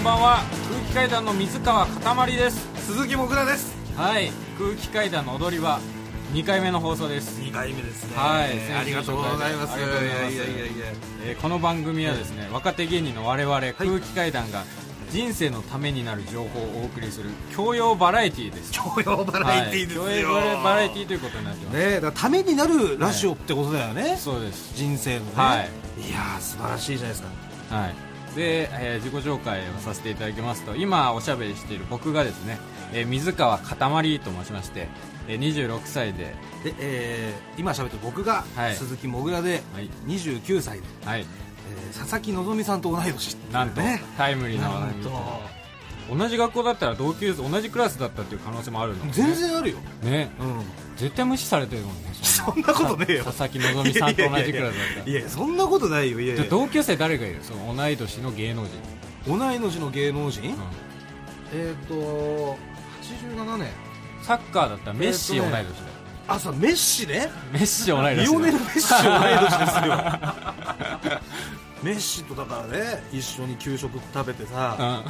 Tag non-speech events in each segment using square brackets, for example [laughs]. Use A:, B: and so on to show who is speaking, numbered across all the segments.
A: んばんは空気階段の水川かたまりです
B: 鈴木もぐらです
A: はい空気階段の踊り場2回目の放送です
B: 2回目ですね
A: はい
B: ありがとうございます
A: ありがとうございます
B: いやいやいや
A: えーこの番組はですね、若手芸人の我々空気階段が人生のためになる情報をお送りする教養バラエティーです
B: 教養バラエティーですよ、
A: はい、教養バラエティーということになってます、
B: ねだからためになるラジオってことだよね、
A: そうです
B: 人生のね、
A: はい
B: いやー素晴らしいじゃないですか
A: はいで、えー自己紹介をさせていただきますと今おしゃべりしている僕がですね、えー水川かたまりと申しまして、えー26歳で
B: で、えー、今喋ってる僕が
A: はい
B: 鈴木もぐらで
A: はい
B: 29歳で、
A: はい
B: えー佐々木希さんと同い年っていうね
A: なんとタイムリーな話
B: な
A: 題
B: んと
A: 同じ学校だったら同級生同じクラスだったっていう可能性もあるの
B: 全然あるよ、
A: ね
B: うん、
A: 絶対無視されてるもんね
B: そんなことねえよ
A: 佐々木希さんと同じクラスだったら
B: いやいやそんなことないよいやい
A: じゃ
B: や
A: あ同級生誰がいるその同い年の芸能人、
B: 同い年の芸能人、
A: う
B: えっ、ー、と87年
A: んサッカーだったらメッシ
B: え
A: 同
B: ー
A: い
B: と
A: 年
B: ね
A: だよ、
B: あそうメッシね
A: メッシ同い年だ
B: リオネル・メッシ同い年ですよ
A: [laughs]
B: メッシとだからね一緒に給食食べてさ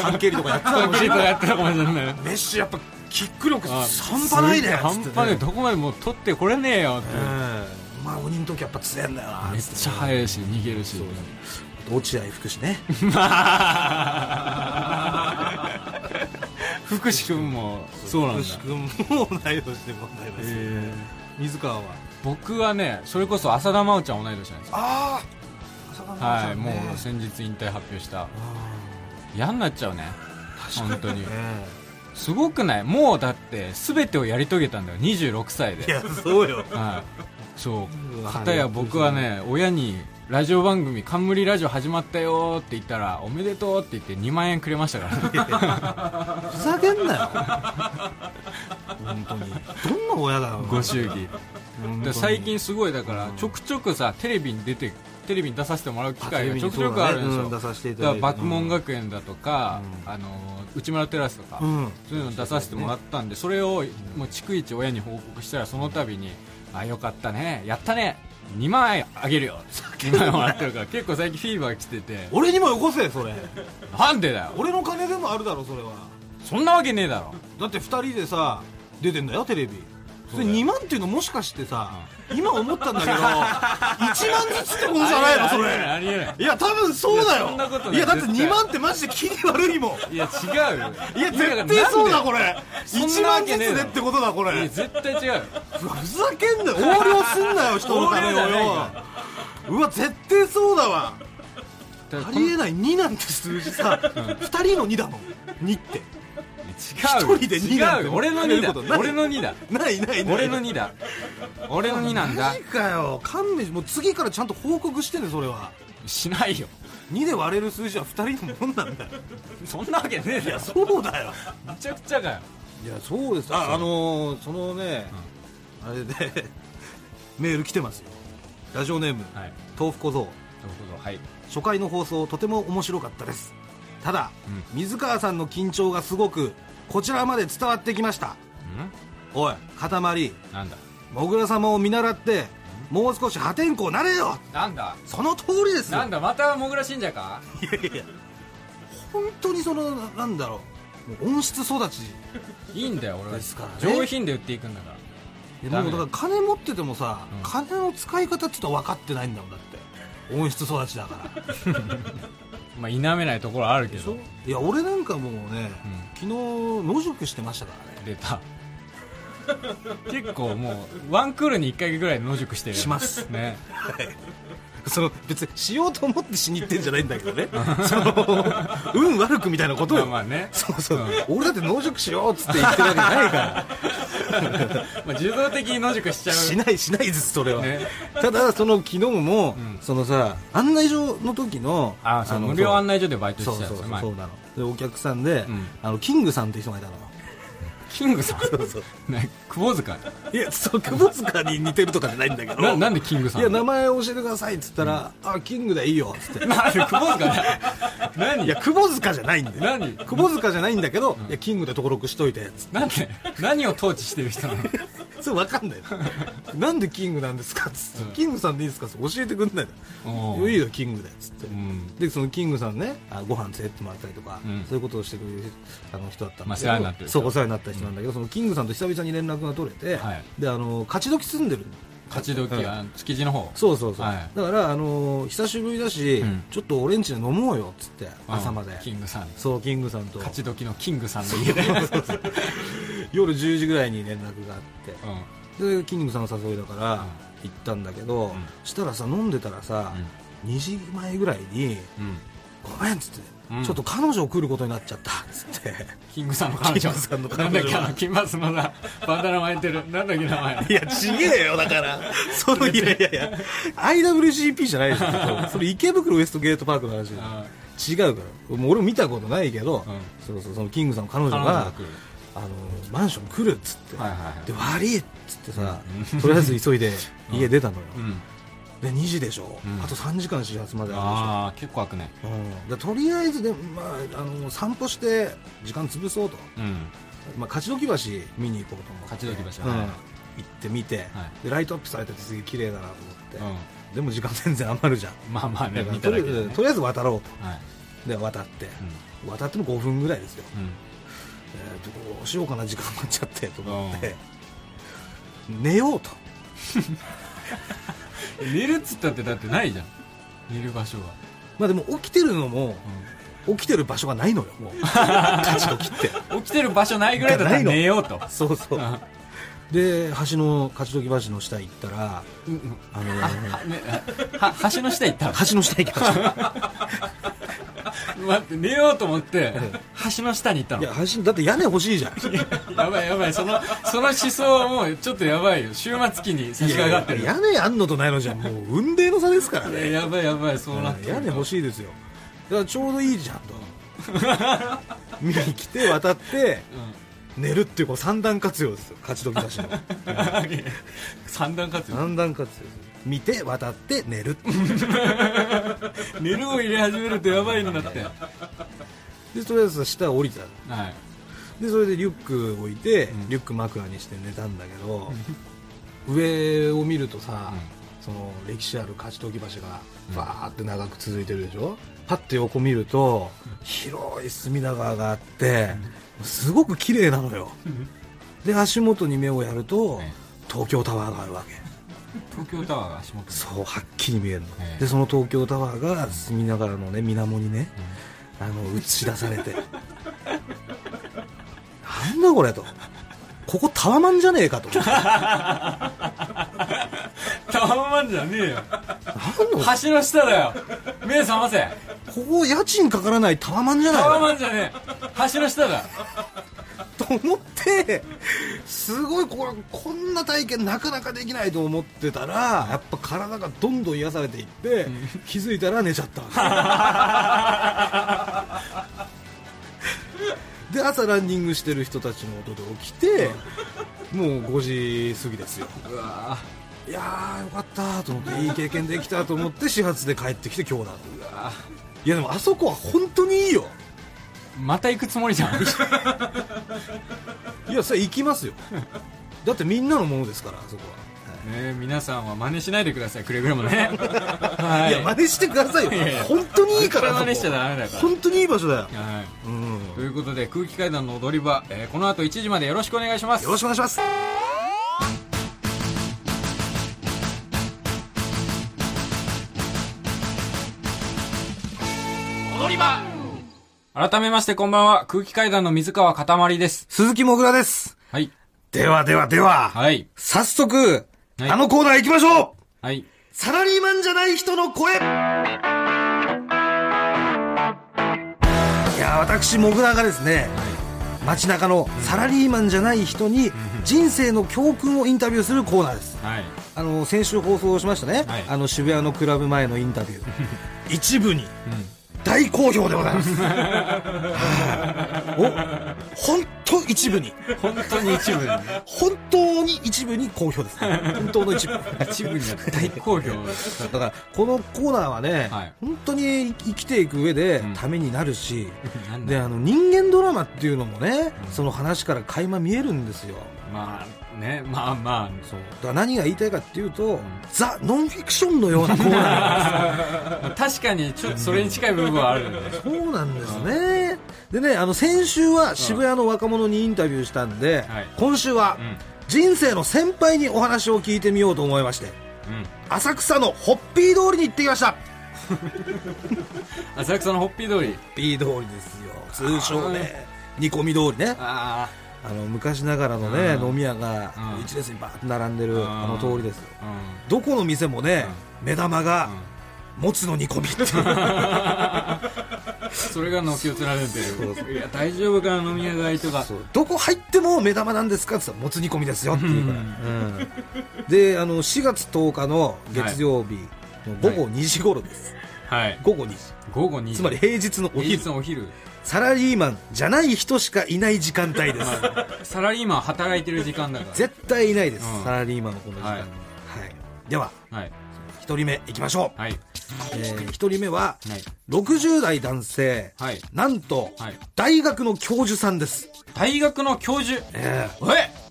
B: 缶蹴りとかやってたか
A: 関
B: もしれ
A: [laughs] 係とか
B: ない
A: やってたかもしれない
B: メッシやっぱキック力
A: あ
B: 半端ないね
A: 半
B: つって
A: 端ね
B: ね
A: えどこまでもう取ってこれねえよって、
B: うんまあ鬼の時やっぱ強えんだよな
A: めっちゃ
B: い
A: 速いし逃げる [laughs] し
B: 落合福士ね
A: 福士君もそうなんだ
B: 福士君も同い年で問題です、
A: え
B: 水川は
A: 僕はねそれこそ浅田真央ちゃん同い年なんですよ
B: ああ浅田真央
A: は
B: さ
A: い
B: ん
A: も
B: ね
A: う先日引退発表した嫌になっちゃうね本当に
B: ね
A: すごくないもうだって全てをやり遂げたんだよ26歳
B: い
A: で、
B: やそうよ
A: はい、そう
B: うわ
A: 片や僕はね親にラジオ番組「冠ラジオ始まったよ」って言ったら「おめでとう」って言って2万円くれましたから
B: [laughs]
A: ね
B: ふざけんなよ本当にどんな親だろう
A: ご祝儀で最近すごいだからちょくちょくさテレビに出てテレビに出させてもらう機会がちょくちょくあるんですよ
B: 出させてい
A: だか
B: ただ
A: ら
B: いて
A: 爆問学園だとか、
B: うん
A: あの内村テラスとか、
B: うん
A: そういうの出させてもらったんでそれをもう逐一親に報告したらその度に「あよかったねやったね2万円あげるよ」2万円もらってるから結構最近フィーバー来てて
B: 俺にもよこせそれ
A: 「なんでだよ
B: 俺の金でもあるだろそれは
A: そんなわけねえだろ
B: だって2人でさ出てんだよテレビそれ2万っていうのもしかしてさ、今思ったんだ
A: [laughs]
B: けど1万ずつってことじゃないのそ
A: あ
B: れ
A: りえないあり
B: いや多分そうだ
A: いや
B: よ
A: そんなことない
B: いやだって
A: 絶対
B: 2万ってマジで気に悪いもん
A: えないいや違うよ
B: いや絶対そうだこ
A: れ
B: れ
A: そん
B: 1
A: なわ
B: 万
A: け
B: ずつ
A: ねえだろ
B: でってことだこれ
A: 絶対違うよ
B: うわふざけんなよ横領すんなよ人の金を
A: 横領じゃない
B: よ
A: か
B: うわ絶対そうだわ
A: だからこ
B: あ
A: の
B: りえない2なんて数字さ2人の2だもん2って
A: 違うよ
B: 一人で二なん
A: 違
B: て
A: うよ俺の2
B: そういうことな
A: だ
B: い
A: 俺の2だ
B: ないないない
A: 俺の2だ俺の2なんだ
B: マジかよ勘弁しもう次からちゃんと報告してねそれは
A: しないよ
B: 2で割れる数字は2人のもんなんだよ
A: そんなわけねえ
B: い
A: だ
B: や
A: ろ
B: そうだよ
A: めちゃくちゃかよ
B: いやそうですああのー、そのね、あれでメール来てますよラジオネーム、
A: はい
B: 豆腐小僧
A: なるほどはい
B: 初回の放送とても面白かったですただ、
A: うん
B: 水川さんの緊張がすごくこちらまで伝わってきましたおい塊
A: なんだ
B: もぐら様を見習ってもう少し破天荒なれよ
A: なんだ
B: その通りですよ
A: なんだまたモグラ信者か
B: いやいや本当にそのななんだろうもう温室育ち
A: いいんだよ俺は
B: ですからね
A: 上品で売っていくんだから
B: で
A: ダ
B: も
A: メ
B: うだから金持っててもさ、
A: うん
B: 金の使い方ちょっと分かってないんだもんだって温室育ちだから
A: まあ否めないところはあるけ
B: でしょ
A: ど
B: いや俺なんかもうね、昨日野宿してましたから
A: 出
B: ね
A: た結構もうワンクールに1回ぐらい野宿してるよ
B: します
A: ね
B: その別にしようと思ってしに行ってんじゃないんだけどねその運悪くみたいなこと
A: ま
B: よ、
A: あまあね
B: そうそう、
A: ん
B: 俺だって野宿しようっつって言ってるわけない
A: [laughs]
B: から
A: まあ受動的に野宿しちゃう
B: しないしないですそれは、
A: ね
B: ただその昨日も、
A: ん
B: そのさ案内所の時の
A: ああそう
B: の
A: 無料案
B: 内
A: 内所でバイトし
B: そう
A: てた
B: そうそう
A: 前
B: そうなのでお客さんで、
A: うん
B: あのキングさんって人がいたのよ
A: キングさん
B: そうそう
A: ね窪塚
B: いやそう窪塚に似てるとかじゃないんだけど
A: ななんでキングさん
B: いや名前教えてくださいっつったら「あキングでいいよ」っつって
A: なんで窪塚だよ
B: い
A: 何
B: や窪塚じゃないんだよ
A: 何
B: 窪塚じゃないんだけど、いやキングで登録しといてっつって
A: なんで何を統治してる人なの
B: それ分かんない
A: [laughs]
B: のなんでキングなんですかっつって、
A: うん
B: キングさんでいいですかっつって教えてくんない
A: お
B: の
A: う
B: いいよキングだよっつって、
A: うん
B: でそのキングさんねあご飯連れてってもらったりとか、
A: うん
B: そういうことをしてくれるあの人だったんだけど
A: まあ世話になってる人
B: そうお世話になった人なんだけど、そのキングさんと久々に連絡が取れて、
A: はい
B: であの勝どき住んでる
A: 勝ち時
B: うん
A: は築地の方
B: そうそうそう、
A: はい
B: だから、あのー久しぶりだし、
A: うん
B: ちょっと俺んちで飲もうよっつって朝まで、
A: うんキングさん
B: そうキングさんと
A: 勝ち時のキングさんの家でう
B: 夜10時ぐらいに連絡があって、
A: ん
B: でキングさんの誘いだから、行ったんだけど、
A: ん
B: したらさ飲んでたらさ、2時前ぐらいに
A: うん
B: 「ごめん」っつって、
A: うん
B: ちょっと彼女を来ることになっちゃった」っつって
A: [laughs] キングさんの彼女
B: キングさんの彼
A: な
B: 女
A: んだっけあの金髪のさバンダナ巻いてるなんだっけ名
B: [laughs]
A: 前
B: いやちげえよだからそのいやいやいや IWGP じゃない
A: [laughs]
B: でしょそれ池袋ウエストゲートパークの話
A: あ
B: 違うからもう俺も見たことないけど、
A: うん
B: そうそうそのキングさんの彼女
A: 彼
B: が
A: 女が来る
B: あのマンション来るっつって、
A: はいはいはい
B: で悪いっつってさ、
A: うん
B: とりあえず急いで
A: うん
B: 家出たのよ、
A: うん
B: で2時でしょ、
A: うん
B: あと3時間始発まであるでしょ
A: ああ結構開くね
B: うん、でとりあえずで、まあ、あの散歩して時間潰そうと、
A: うん
B: まあ、勝どき橋見に行こうと思って
A: 勝どき橋
B: うん
A: はい
B: 行ってみて、
A: はい
B: でライトアップされててすげえ綺麗だなと思って、
A: う
B: でも時間全然余るじゃん
A: んまあまあね
B: だから
A: 見ただけで
B: とりあえ
A: ね
B: ずとりあえず渡ろうと
A: はい
B: で渡って、
A: う
B: 渡っても5分ぐらいですよ、
A: んうん
B: えーとどうしようかな時間余っちゃってと思って、寝ようと
A: 寝るっつったってだってないじゃん寝る場所は、
B: まあでも起きてるのも起きてる場所がないのよもう [laughs] 勝どきって
A: 起きてる場所ないぐらいだったら寝ようと
B: そうそう
A: あ
B: で橋の勝どき橋の下行ったら
A: うんうん
B: あの
A: あはねは橋の下行ったの
B: 橋の下行きました
A: 待って寝ようと思って橋の下に行った
B: いや
A: の
B: 橋だって屋根欲し
A: [laughs]
B: いじゃん
A: やばいやばいそのその思想はもうちょっとやばいよ週末期に差し掛かってる
B: いやいや屋根あんのとないのじゃもう運命の差ですから
A: い [laughs] や
B: ね
A: やばいやばいそうなって
B: 屋根欲
A: い
B: しいですよだからちょうどいいじゃんと
A: [laughs]
B: 見に来て渡って寝るっていうこう三段活用ですよ勝どき橋の
A: [laughs] 三段活用
B: 三段活用ですよ見て渡って寝るっていう
A: 寝るを入れ始めるとやばいんだっては
B: でとりあえず下降りた
A: い
B: でそれでリュック置いて、
A: うん
B: リュック枕にして寝たんだけど上を見るとさ、その歴史ある勝どき橋がバーって長く続いてるでしょ、パッて横見ると広い隅田川があってすごく綺麗なのよ
A: ん
B: で足元に目をやると
A: ええ
B: 東京タワーがあるわけ
A: 東京タワーが足元に
B: そうはっきり見えるの
A: ええ
B: でその東京タワーが隅田川のね水面にねあの映し出されてなんだこれとここタワマンじゃねえかとなんだ
A: タワマンじゃねえよ
B: これ
A: 橋の下だよ目覚ませ
B: ここ家賃かからないタワマンじゃない
A: タ
B: の
A: ワマンじゃねえ橋の下だ
B: と思ってすごいこれこんな体験なかなかできないと思ってたらやっぱ体がどんどん癒されていって気づいたら寝ちゃったで朝ランニングしてる人たちの音で起きてもう5時過ぎですよ
A: うわ
B: いやーよかったと思っていい経験できたと思って始発で帰ってきて今日だいやでもあそこは本当にいいよ
A: また行くつもりじゃん
B: いやそれ行きますよ
A: [laughs]
B: だってみんなのものですからあそこは
A: ね皆さんは真似しないでくださいくれぐれもねはい
B: いや、真似してくださいよ
A: いやいや。
B: 本当にいいから。
A: 真似しちゃダメだから
B: 本当にいい場所だよ。
A: はい
B: うん。
A: ということで空気階段の踊り場、えーこの後1時までよろしくお願いします
B: よろしくお願いします。
A: 改めましてこんばんは空気階段の水川かたまりです
B: 鈴木もぐらです。
A: はい
B: ではではでは、
A: はい
B: 早速、
A: はい
B: あのコーナー行きましょう
A: はい
B: サラリーマンじゃない人の声いや、私、もぐらがですね、街中のサラリーマンじゃない人に人生の教訓をインタビューするコーナーです。
A: はいはい
B: あの先週放送しましたね、
A: はい
B: あの渋谷のクラブ前のインタビュー
A: [laughs]
B: 一部に大好評でございますはいお本当一部に
A: 本当に一部にね
B: 本当に一部に好評です本当の一部
A: 一部になって大好評です
B: だからこのコーナーはね、
A: はい
B: 本当に生きていく上で
A: ん
B: ためになるし、
A: なんだ
B: であの人間ドラマっていうのもね、その話から垣間見えるんですよ、
A: うまあねまあまあそう
B: だから何が言いたいかっていうと、ザ・ノンフィクションのようなコーナー
A: 確かにちょっとそれに近い部分はあるんで
B: ですそうなんですねでねあの先週は渋谷の若者にインタビューしたんで、
A: はい
B: 今週は
A: うん
B: 人生の先輩にお話を聞いてみようと思いまして
A: うん
B: 浅草のホッピー通りに行ってきました
A: [laughs] 浅草のホッピー通り
B: ホッピー通りですよ通称ね煮込み通りね
A: あ
B: あの昔ながらのね、
A: うん
B: 飲み屋が
A: うん
B: 一列にバーッと並んでる、
A: うん
B: あの通りですよ
A: あうん
B: どこの店もね、目玉が、もつの煮込みっていう
A: それが軒を連ねてるいや大丈夫かな飲み屋街とか
B: そうどこ入っても目玉なんですかって言ったらもつ煮込みですよっていうから、うんであの4月10日の月曜日の午後2時頃です、
A: はい
B: 午後2時
A: 午後に
B: つまり平日のお昼
A: お昼
B: サラリーマンじゃない人しかいない時間帯です
A: サラリーマン働いてる時間だから
B: 絶対いないです、
A: うん
B: サラリーマンのこの時間
A: は
B: に、はいいでは
A: はい
B: 1人目いきましょう、
A: はい
B: え1人目は
A: はい
B: 60代男性、
A: はい
B: なんと、
A: はい
B: 大学の教授さんです、
A: 大学の教授
B: ええ
A: え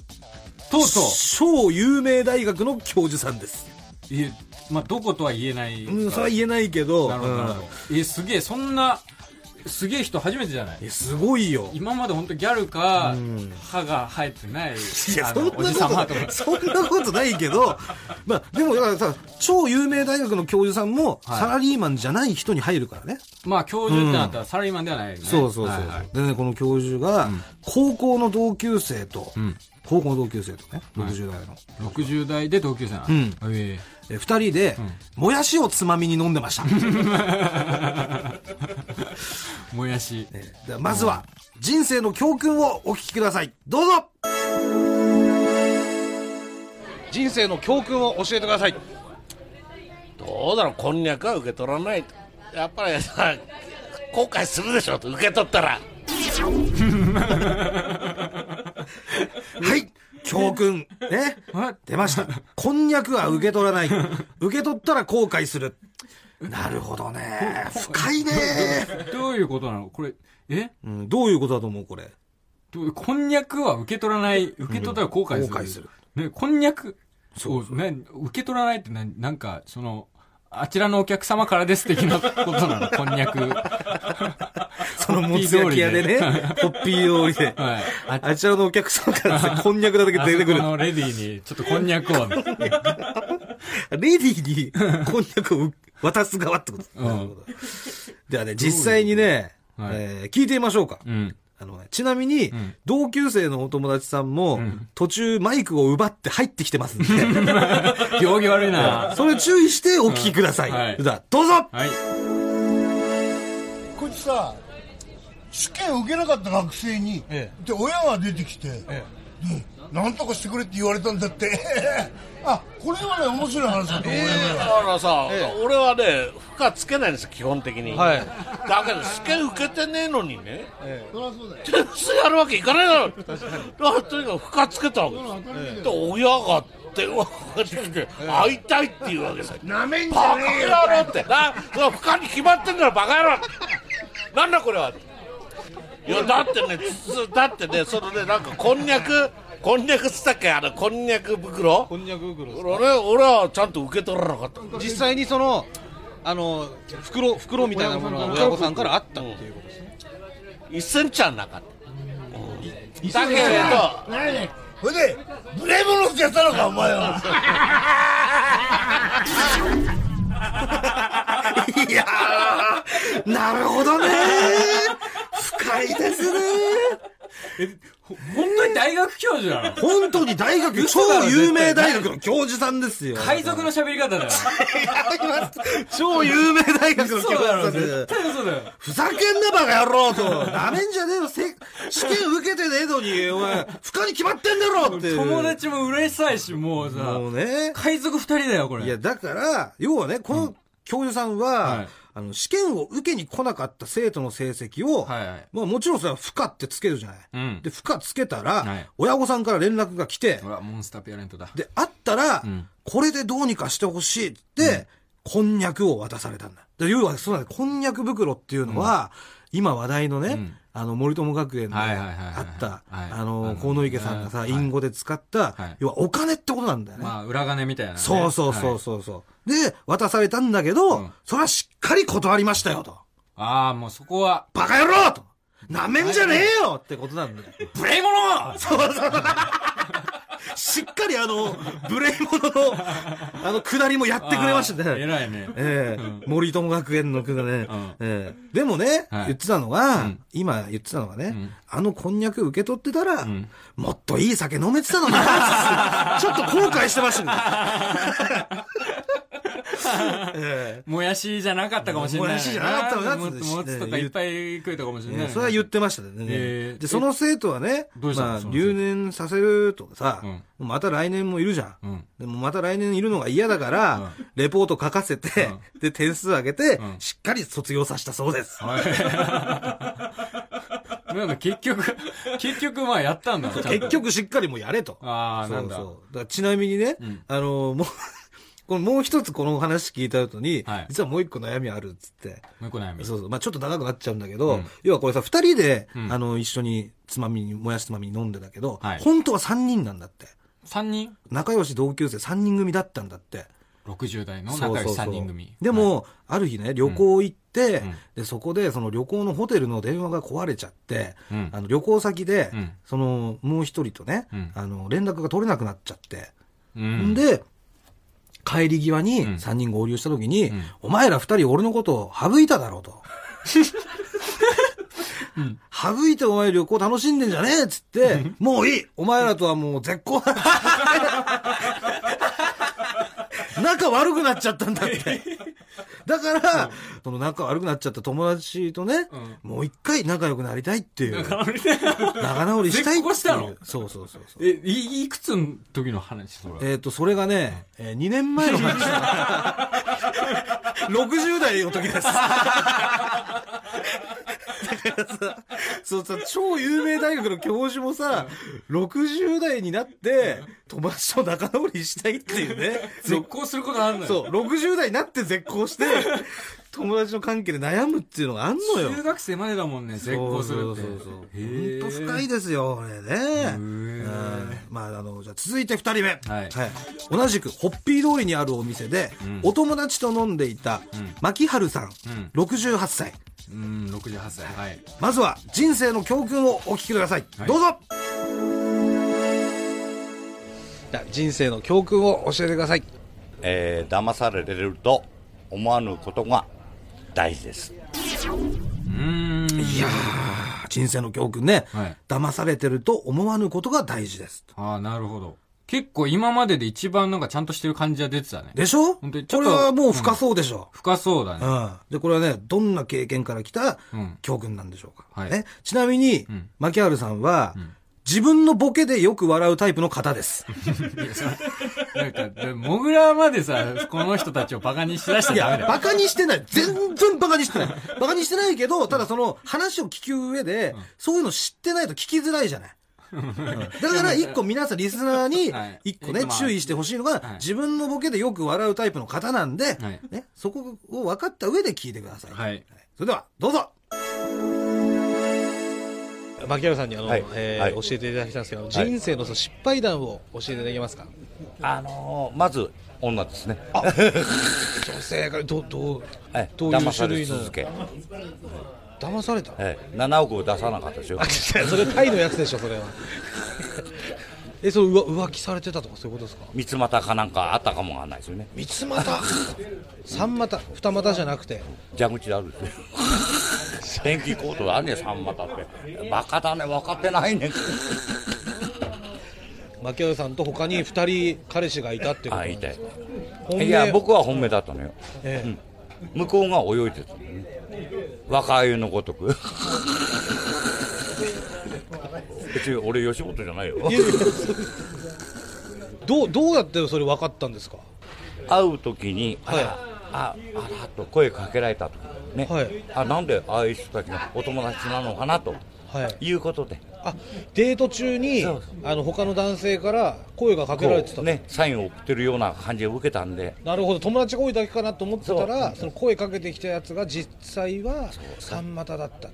A: とうとう
B: 超有名大学の教授さんです
A: いえまあどことは言えない
B: うんそれは言えないけど
A: なるほどなるほどえすげえそんなすげえ人初めてじゃない
B: うんえすごいよ
A: 今まで本当ギャルか
B: うん
A: 歯が生えてない
B: いや
A: あ
B: そん
A: の
B: なこ
A: おじさまとか
B: と [laughs] そんなことないけど、まあ、でもだからさ超有名大学の教授さんも、
A: はい
B: サラリーマンじゃない人に入るからね
A: まあ教授ってなったらサラリーマンではないよね
B: そうそうそう、
A: はいはい
B: でねこの教授が、高校の同級生と、
A: うん
B: 高校の同級生とね
A: はい
B: 60代の、
A: 60代で同級生な
B: う
A: の
B: ん
A: え
B: え2人で、もやしをつまみに飲んでました
A: えもやし
B: えでまずは人生の教訓をお聞きくださいどうぞ
C: 人生の教訓を教えてくださいどうだろうこんにゃくは受け取らないとやっぱりさ後悔するでしょ受け取ったら
B: はい教訓ね
A: あ
B: 出ましたこんにゃくは受け取らない受け取ったら後悔するなるほどね深いね、
A: どういうことなのこれえ
B: うん、どういうことだと思うこれ
A: どうこんにゃくは受け取らない受け取ったら後悔する,、
B: 後悔する
A: ね、こんにゃくそうね、受け取らないってななんかそのあちらのお客様からです的
B: [laughs]
A: なことなのこんにゃく
B: そのもつ焼き屋でねホッピー通りで
A: はいあ
B: あちらのお客さんからですねこんにゃくだけ出てく
A: あ
B: る
A: そこ。のレディーにちょっとこんにゃく
B: [laughs]
A: を、
B: レディーにこんにゃくを渡す側ってこと。
A: ん
B: なるほどではね、実際にね、
A: はい
B: えー聞いてみましょうか。
A: うん、
B: あのねちなみに、
A: ん
B: 同級生のお友達さんも、
A: ん
B: 途中マイクを奪って入ってきてますん [laughs] で、
A: 行儀悪いな
B: それ注意してお聞きください。
A: うんはい
B: ではどうぞ
A: はい
D: こいつさ試験受けなかった学生に、
C: え
D: で親が出てきて、でなんとかしてくれって言われたんだって [laughs] あこれはね面白い話だと思うよ、
C: だからさ、俺はね負荷つけないんですよ基本的に、
B: はい
C: だけど試験受けてねえのにね
D: そりゃそうだよ
C: 点数やるわけいかないだろだからとにかく負荷つけたわけですよ、で親が電話かかってきて会いたいって言うわけですよ
D: なめんじゃ
C: バ
D: ねえよ
C: カ野郎ってなそれは不可に決まってんだろバカ野郎なんだこれはいやだってねつだってねそのねなんかこんにゃくこんにゃくつったっけあのこんにゃく袋
E: こんにゃく袋
C: 俺俺はちゃんと受け取らなかった
E: 実際にそのあの袋袋みたいなものが親御さんからあったっていうことですね
C: 1センチはなかった、うん、だけれど
D: それでブレーブロスやったのかお前は
B: いやー、なるほど [laughs] ね深いですね
A: ほ本当に大学教授なの
B: 本当に大学、超有名大学の教授さんですよ。
A: 海賊の喋り方だよ
B: 超有名大学の教
A: そうだろ
B: 授さんです
A: 絶。対嘘だよ
B: ふざけんなバカ野郎と。なめんじゃねえよ。せ試験受けてねえのに、お前、不可に決まってんだろっていう。
A: 友達もうるさいしもうさ
B: もうね。
A: 海賊二人だよこれ
B: いや、だから、要はね、この教授さんは、
A: はい
B: あの、試験を受けに来なかった生徒の成績を、
A: はいはい
B: まあもちろんそれは負荷ってつけるじゃない。
A: うん
B: で、負荷つけたら、
A: はい
B: 親御さんから連絡が来て、
A: ほらモンスターペアレントだ
B: で、あったら、
A: ん
B: これでどうにかしてほしいって、こんにゃくを渡されたんだ。で、要は、そうなんだこんにゃく袋っていうのは、今話題のね、
A: うん
B: あの森友学園の
A: はいはいはいはい
B: あった、
A: はい
B: あ
A: あ
B: の
A: の
B: 河野池さんがさ、
A: はい
B: 隠語で使った、
A: はい
B: 要はお金ってことなんだよね、
A: まあ、裏金みたいなね。
B: そうそうそう
A: はい
B: そうそう、で渡されたんだけど、
A: うん
B: それはしっかり断りましたよと
A: ああ、もうそこは、
B: バカ野郎となめんじゃねえよってことなんだよ
A: 無礼者
B: そうそう。しっかりあの、無礼者の、あの、下りもやってくれまし
A: [laughs]
B: た
A: あー
B: ね。
A: 偉いね。
B: ええ森友学園の下りね。
A: うん
B: ええでもね、
A: はい
B: 言ってたのが、
A: うん
B: 今言ってたのがね、
A: ん
B: あのこんにゃく受け取ってたら、
A: ん
B: もっといい酒飲めてたのに
A: [laughs]
B: な、ちょっと後悔してましたね。え
A: もやしじゃなかったかもしれないな。
B: もやしじゃなかったのな
A: もっともつとかいっぱい食えたかもし
B: え
A: れない。
B: それは言ってましたね。
A: ええ
B: で、その生徒はね、
A: どうしたの
B: まあ
A: そ、の生徒
B: 留年させるとかさ、また来年もいるじゃ
A: う
B: ん。
A: ん。
B: でもまた来年いるのが嫌だから、レポート書かせて、 [laughs] で、点数上げて、
A: うん
B: しっかり卒業させたそうです。
A: [laughs] なんか結局、結局まあやったんだな。ちゃんと
B: 結。局しっかりもうやれと。
A: ああ、なんだ。
B: そうそう。だからちなみにね、
A: ん
B: あの、もう、 [laughs] このもう一つこの話聞いた後に、
A: はい
B: 実はもう一個悩みあるっつって、
A: もう一個悩み。
B: そうそう、まあちょっと長くなっちゃうんだけど、
A: うん
B: 要はこれさ、二人で、
A: うん
B: あの、一緒につまみに、もやしつまみに飲んでたけど、
A: はい
B: 本当は三人なんだって。
A: 3人
B: 仲良し同級生三人組だったんだって。
A: ?60 代の仲良し3人組。
B: でも、ある日ね旅行行って、
A: うん
B: でそこでその旅行のホテルの電話が壊れちゃって、
A: うん
B: あの旅行先で、
A: うん
B: そのもう一人とね、
A: うん
B: あの連絡が取れなくなっちゃって、、
A: うんん、
B: で帰り際に
A: うん
B: 3人合流した時に、
A: うん
B: お前ら2人俺のことを省いただろうと。
A: [laughs]
B: 省いてお前旅行楽しんでんじゃねえっつって、もういいお前らとはもう絶好
A: [laughs]
B: だ仲悪くなっちゃったんだって。だから、その仲悪くなっちゃった友達とね、もう一回仲良くなりたいっていう。仲直りしたいっ
A: 絶
B: ていう。
A: 好したの
B: そうそうそうそう。
A: え、いい [laughs] くつの時の話それ。
B: えっ、と、それがね、えー、2年前の話 [laughs] だ60代の時です。だからさ、そうさ、超有名大学の教授もさ、60代になって、友達と仲直りしたいっていう [laughs] ね。
A: 絶好することあんのよ。
B: そう、60代になって絶
A: [laughs]
B: 交して、友達の関係で悩むっていうのがあんのよ。
A: 中学生までだもんね、絶好するって。
B: そうそうそうそう
A: へえ
B: ほんと深いですよ、これね。うんまあ、あの、じゃあ続いて二人目。
A: はい
B: 同じく、ホッピー通りにあるお店で、
A: ん
B: お友達と飲んでいた、牧春さん、68歳。
A: うん、68歳。はい。
B: まずは、人生の教訓をお聞きください。
A: はい
B: どうぞ
E: じゃあ人生の教訓を教えてください
F: えー騙されると思わぬことが大事です
A: うん。
B: いやー、人生の教訓ね。
A: はい
B: 騙されてると思わぬことが大事です。
A: ああ、なるほど。結構今までで一番なんかちゃんとしてる感じは出てたね。
B: でしょこ
A: 本当にちょっ
B: れ
A: と
B: はもう深そうでしょ。
A: 深そうだね。
B: うんで、これはね、どんな経験から来た
A: うん
B: 教訓なんでしょうか。
A: はい
B: ね、ちなみに、
A: ん
B: 牧原さんは、自分のボケでよく笑うタイプの方です。
A: なんか、でモグラまでさ、この人たちをバカにしだした
B: い
A: らダ
B: や
A: メ、だよ。
B: バカにしてない。全然バカにしてない。バカにしてないけど、ただその話を聞く上で、そういうの知ってないと聞きづらいじゃない。だから一個皆さんリスナーに
A: はい
B: 一個ね
A: まあ
B: 注意してほしいのが
A: はい
B: 自分のボケでよく笑うタイプの方なんで
A: はい
B: ねそこを分かった上で聞いてください。
A: はい。
B: それではどうぞ
E: 牧原さんにあの、
F: はい
E: えー
F: はい
E: 教えていただきたいんですけど人生のその失敗談を教えていただけますか、
F: あのーまず女ですね
E: 女性からどどう
F: はい
E: どうい
F: 騙
E: う
F: さ
E: 種
F: れ
E: 類の
F: 続け、
E: 騙された
F: ええ7億を出さなかっ
E: [laughs]
F: たですよ
E: あ違うそれタイのやつでしょそれは [laughs] えそう浮浮気されてたとかそういうことですか
F: 三つ股かなんかあったかもわかんないですよね
E: 三つ股 [laughs] 三股二股じゃなくて
F: 蛇口であるん
E: [laughs]
F: ですよ電気コートだね三股ってバカだね分かってな
E: [laughs]
F: いね
E: 牧原さんと他に二人彼氏がいたってことな
F: あ
E: ん
F: い
E: で
F: て
E: す本命
F: いや僕は本命だったのよ
E: ええ
F: 向こうが泳いでたのね若鮎のご
E: [laughs]
F: とく別に俺吉本じゃないよ
E: いやいやそうどうどうやってそれ分かったんですか
F: 会う時に、あら
E: はい
F: ああらと声かけられた時ね、
E: はい
F: あなんでああいう人たちがお友達なのかなと
E: はい
F: いうことで、
E: あデート中に
F: そう
E: あの他の男性から声がかけられて
F: こ
E: た
F: うね、サインを送ってるような感じを受けたんで、
E: なるほど友達が多いだけかなと思ってたら
F: そ
E: その声かけてきたやつが実際は三股だった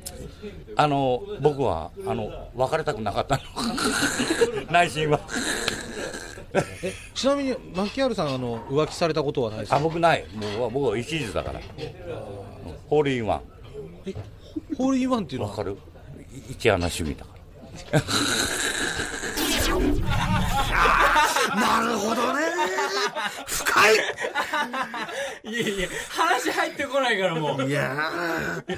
F: あの僕はあの別れたくなかったの、内心は。
E: えちなみにマキアールさんあの浮気されたことはないです
F: あ
E: か
F: 僕ない、もう僕は一時だから、ホールインワン。
E: えホールインワンっていうの
F: わ
E: は
F: かるい一穴趣味だから
A: いやいや、話入ってこないからもう。
B: いやー、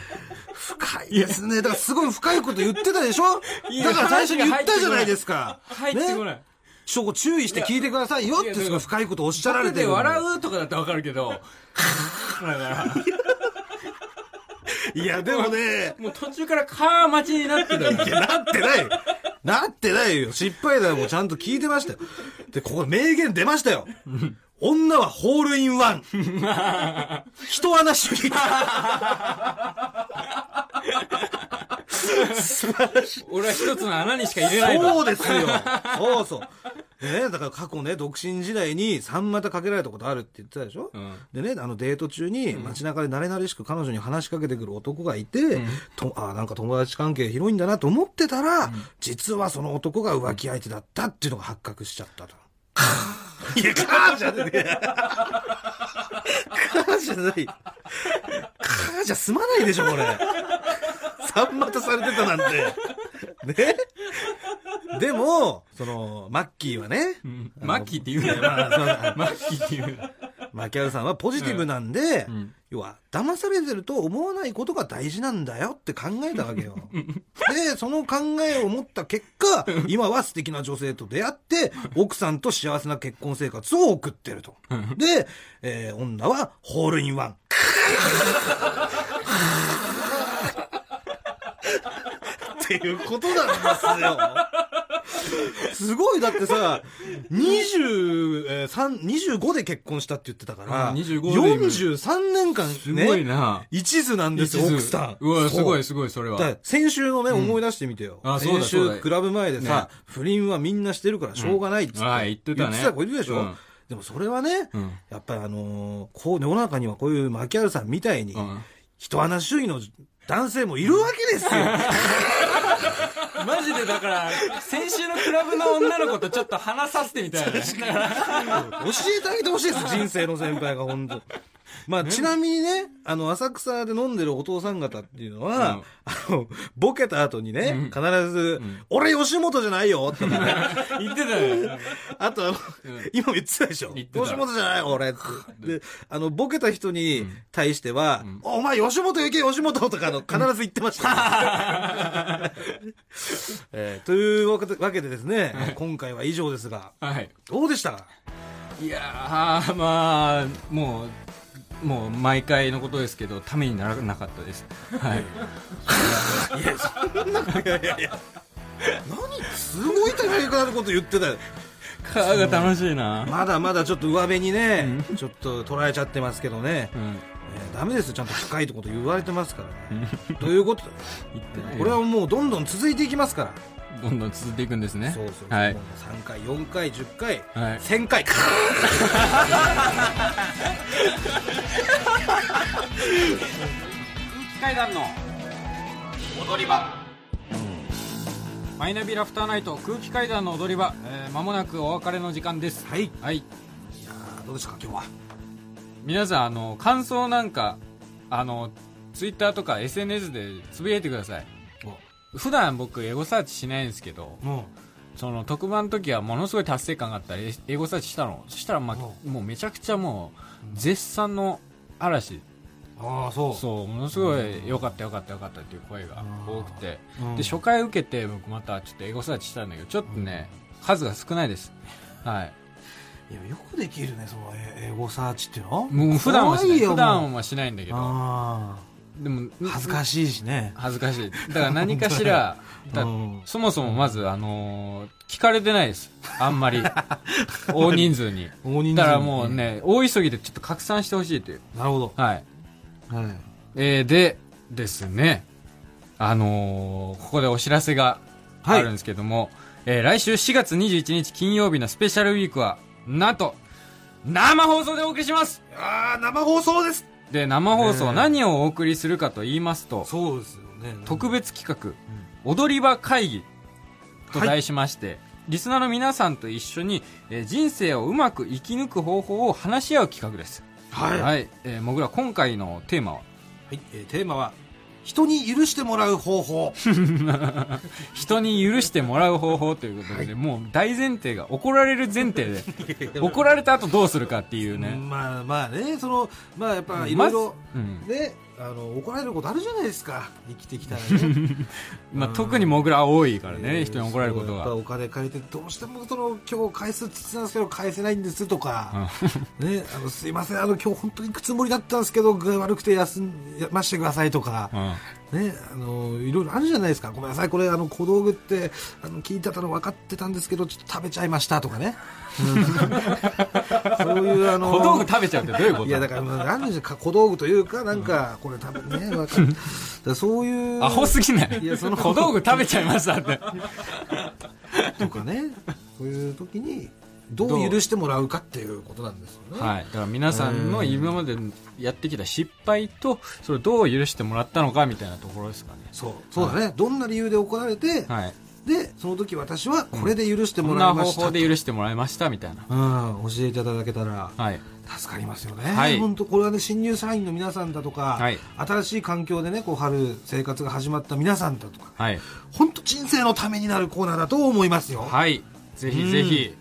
B: 深いですね。だからすごい深いこと言ってたでしょ
A: いや
B: だから最初に言ったじゃないですか。
A: 入ってこない。
B: ね。そこ注意して聞いてくださいよってすごい深いことおっしゃられ
A: 笑
B: て
A: で
B: るのに。
A: 笑うとかだったらわかるけど、だから、
B: いや、でもね、
A: もう途中からカー待ちになってたよ。
B: いや、なってない。なってないよ。失敗だよ。もうちゃんと聞いてましたよ。で、ここ名言出ましたよ。女はホールイ
E: [laughs]
B: ンワン。人穴主義。
A: 俺は一つの穴にしか入れないと。
B: そうですよ。そうそう。ねだから過去ね、独身時代に三股かけられたことあるって言ってたでしょ、
A: ん
B: でね、あのデート中に街中で慣れ慣れしく彼女に話しかけてくる男がいて、とあなんか友達関係広いんだなと思ってたら、実はその男が浮気相手だったっていうのが発覚しちゃったと。 [laughs] いや、カーじゃねえ。カーじゃない。カーじゃ済まないでしょ、これ。三股されてたなんて。ね [laughs] でも、その、マッキーはね、
A: うんマッキーって言うなよ。
B: まあそうだ
A: マッキーって言うな。
B: マキアルさんはポジティブなんで、
A: ん
B: 要は、騙されてると思わないことが大事なんだよって考えたわけよ。で、その考えを持った結果、今は素敵な女性と出会って、奥さんと幸せな結婚生活を送ってると。で、えー女はホールインワン。っていうことなんですよ。すごい、だってさ、23、25で結婚したって言ってたから、
A: うん25で今
B: 43年間
A: す
B: ね、
A: ごいな。
B: 一途なんですよ、
A: 一途
B: 奥さん。
A: うわ、すごい
B: そう
A: すごい、それ
B: だから
A: は。
B: 先週のね、思い出してみてよ。
A: あそう
B: 先
A: だそう
B: 週、
A: だ
B: クラブ前でさ、不倫はみんなしてるからしょうがないっつって。
A: うんああ言ってたね
B: 言ってた子いるでしょ、
A: うん
B: でもそれはね、
A: うん
B: やっぱりあのーこう、世の中にはこういうマキアルさんみたいに、
A: うん
B: 人穴主義の男性もいるわけですよ。
A: マジでだから、先週のクラブの女の子とちょっと話させてみたいなね。
B: 教えてあげてほしいです、人生の先輩が、本当まあ、ちなみにね、あの、浅草で飲んでるお父さん方っていうのは、
A: うん
B: あの、ボケた後にね、必ず、俺吉本じゃないよって、
A: 言ってたよ。
B: あと、あの今も言ってたでしょ
A: 言ってた
B: 吉本じゃない俺って。で、あの、ボケた人に対しては、お前吉本行け吉本とかあの、必ず言ってました。
A: [laughs]
B: えーというわけでわけでですね、今回は以上ですが、
A: はい。
B: どうでした
A: いやー、まあ、もう、もう毎回のことですけど、ためにならなかったです。はい。
B: すごい高いかなること言ってたよ。
A: カーが楽しいな。
B: まだまだちょっと上辺にね、ちょっと捉えちゃってますけどね、
A: うん。
B: えーダメですよちゃんと深いこと言われてますからねということで
A: 言ってないよ
B: これはもうどんどん続いていきますから
A: どんどん続いていくんですね。
B: そうそうそう、
A: はい。
B: 3回4回10回、
A: はい
B: 1000回
A: 階段の踊り場マイナビラフターナイト空気階段の踊り場、えー、間もなくお別れの時間です
B: はいい
A: はい
B: やーどうでしたか今日は
A: 皆さんあの感想なんかあのツイッターとか SNS でつぶやいてください普段僕エゴサーチしないんですけど
B: も
A: その特番の時はものすごい達成感があったりエゴサーチしたのそしたら、まあ、
B: う
A: もうめちゃくちゃもう絶賛の嵐
B: うああそう
A: そうものすごい良かった良かった良かったっていう声が多くて、
B: うん
A: で初回受けて僕またちょっとエゴサーチしたんだけどちょっとね、数が少ないですはい
B: いやよくできるねそのえ英語サーチっていうの
A: もう普段はしない
B: 怖よ
A: 普段はしないんだけど
B: あ
A: でも
B: ー恥ずかしいしね
A: 恥ずかしいだから何かしらだ
B: うん
A: そもそもまず、あのー聞かれてないですあんま
B: [laughs]
A: り大人数に
B: 大人数に
A: だからもうね大急ぎでちょっと拡散してほしいという
B: なるほど
A: はい
B: はい
A: えーでですね、あのーここでお知らせがあるんですけども、えー来週4月21日金曜日のスペシャルウィークは、なんと、生放送でお送りします
B: ああ生放送です
A: で、生放送何をお送りするかと言いますと、
B: そうですよね
A: 特別企画、踊り場会議と題しまして、リスナーの皆さんと一緒に、えー人生をうまく生き抜く方法を話し合う企画です。
B: はい、
A: えーもぐら、今回のテーマは、
B: はいえーテーマは人に許してもらう方法
A: 人に許してもらう方法ということで、もう大前提が怒られる前提
B: [laughs]
A: で怒られた後どうするかっていうね、
B: まあまあねそのまあやっぱいろ
A: ま
B: い
A: ず
B: ろ
A: うん
B: ねあの怒られることあるじゃないですか生きてきたら [laughs] ね
A: まあ、特にもぐらは多いからね、
B: えー
A: 人に怒られること
B: そうやっぱ
A: が
B: お金借りてどうしてもその今日返すつつなんですけど返せないんです
A: [laughs]
B: とか、ね、あのすいませんあの今日本当にくつもりだったんですけど具合悪くて休ましてくださいとか、
A: うん
B: ね、あのいろいろあるじゃないですか、ごめんなさい、これあの小道具ってあの聞いてたの分かってたんですけど、ちょっと食べちゃいましたとかね、
A: [laughs]
B: うんそういうあの
A: 小道具食べちゃうってどういうこと
B: いやだからまああるじゃんか小道具というか、なんかこれ多分ね、分かっだ
A: [laughs]
B: からそういう
A: アホすぎない
B: いやその
A: 小道具食べちゃいましたって
B: と
A: [laughs]
B: かね、そういう時にどう許してもらうかっていうことなんですよね。
A: はい、だから皆さんの今までやってきた失敗とそれをどう許してもらったのかみたいなところですかね
B: そうそうだね、どんな理由で怒られて、
A: はい
B: でその時私はこれで許して
A: こ
B: も
A: ん
B: ら
A: ない
B: ま
A: 方
B: したと、
A: 法で許してもらいましたみたいな
B: うん、教えていただけたら、
A: はい
B: 助かりますよね、
A: はい
B: 本当これはね新入社員の皆さんだとか、
A: はい
B: 新しい環境でねこう春生活が始まった皆さんだとか
A: はい
B: 本当人生のためになるコーナーだと思いますよ
A: はいぜひぜひ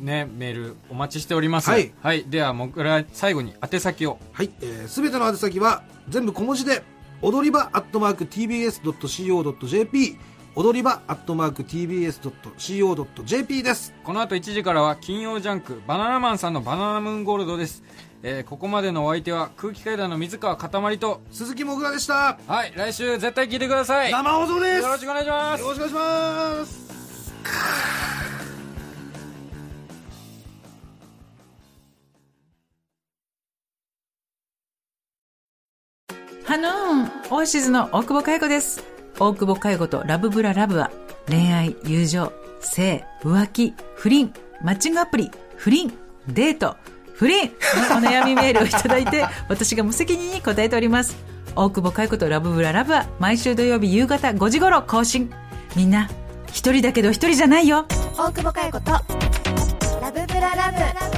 A: ねメールお待ちしております
B: はい、
A: ではもぐら最後に宛先を
B: はい、えー、全ての宛先は全部小文字で踊り場アットマーク TBS.CO.JP 踊り場アットマーク TBS.CO.JP です
A: この後1時からは金曜ジャンクバナナマンさんのバナナムーンゴールドです、えーここまでのお相手は空気階段の水川かたまりと
B: 鈴木もぐらでした
A: はい来週絶対聞いてくださいよ
B: 生放送です
A: ろしくお願いします
B: よろしくお願いします
G: ハノーンオアシズの大久保佳代子です。大久保佳代子とラブブララブは恋愛、友情、性、浮気、不倫、マッチングアプリ、不倫、デート、不倫のお悩みメールをいただいて私が無責任に答えております。大久保佳代子とラブブララブは毎週土曜日夕方5時頃更新。みんな、一人だけど一人じゃないよ
H: 大久保佳代子とラブブララブ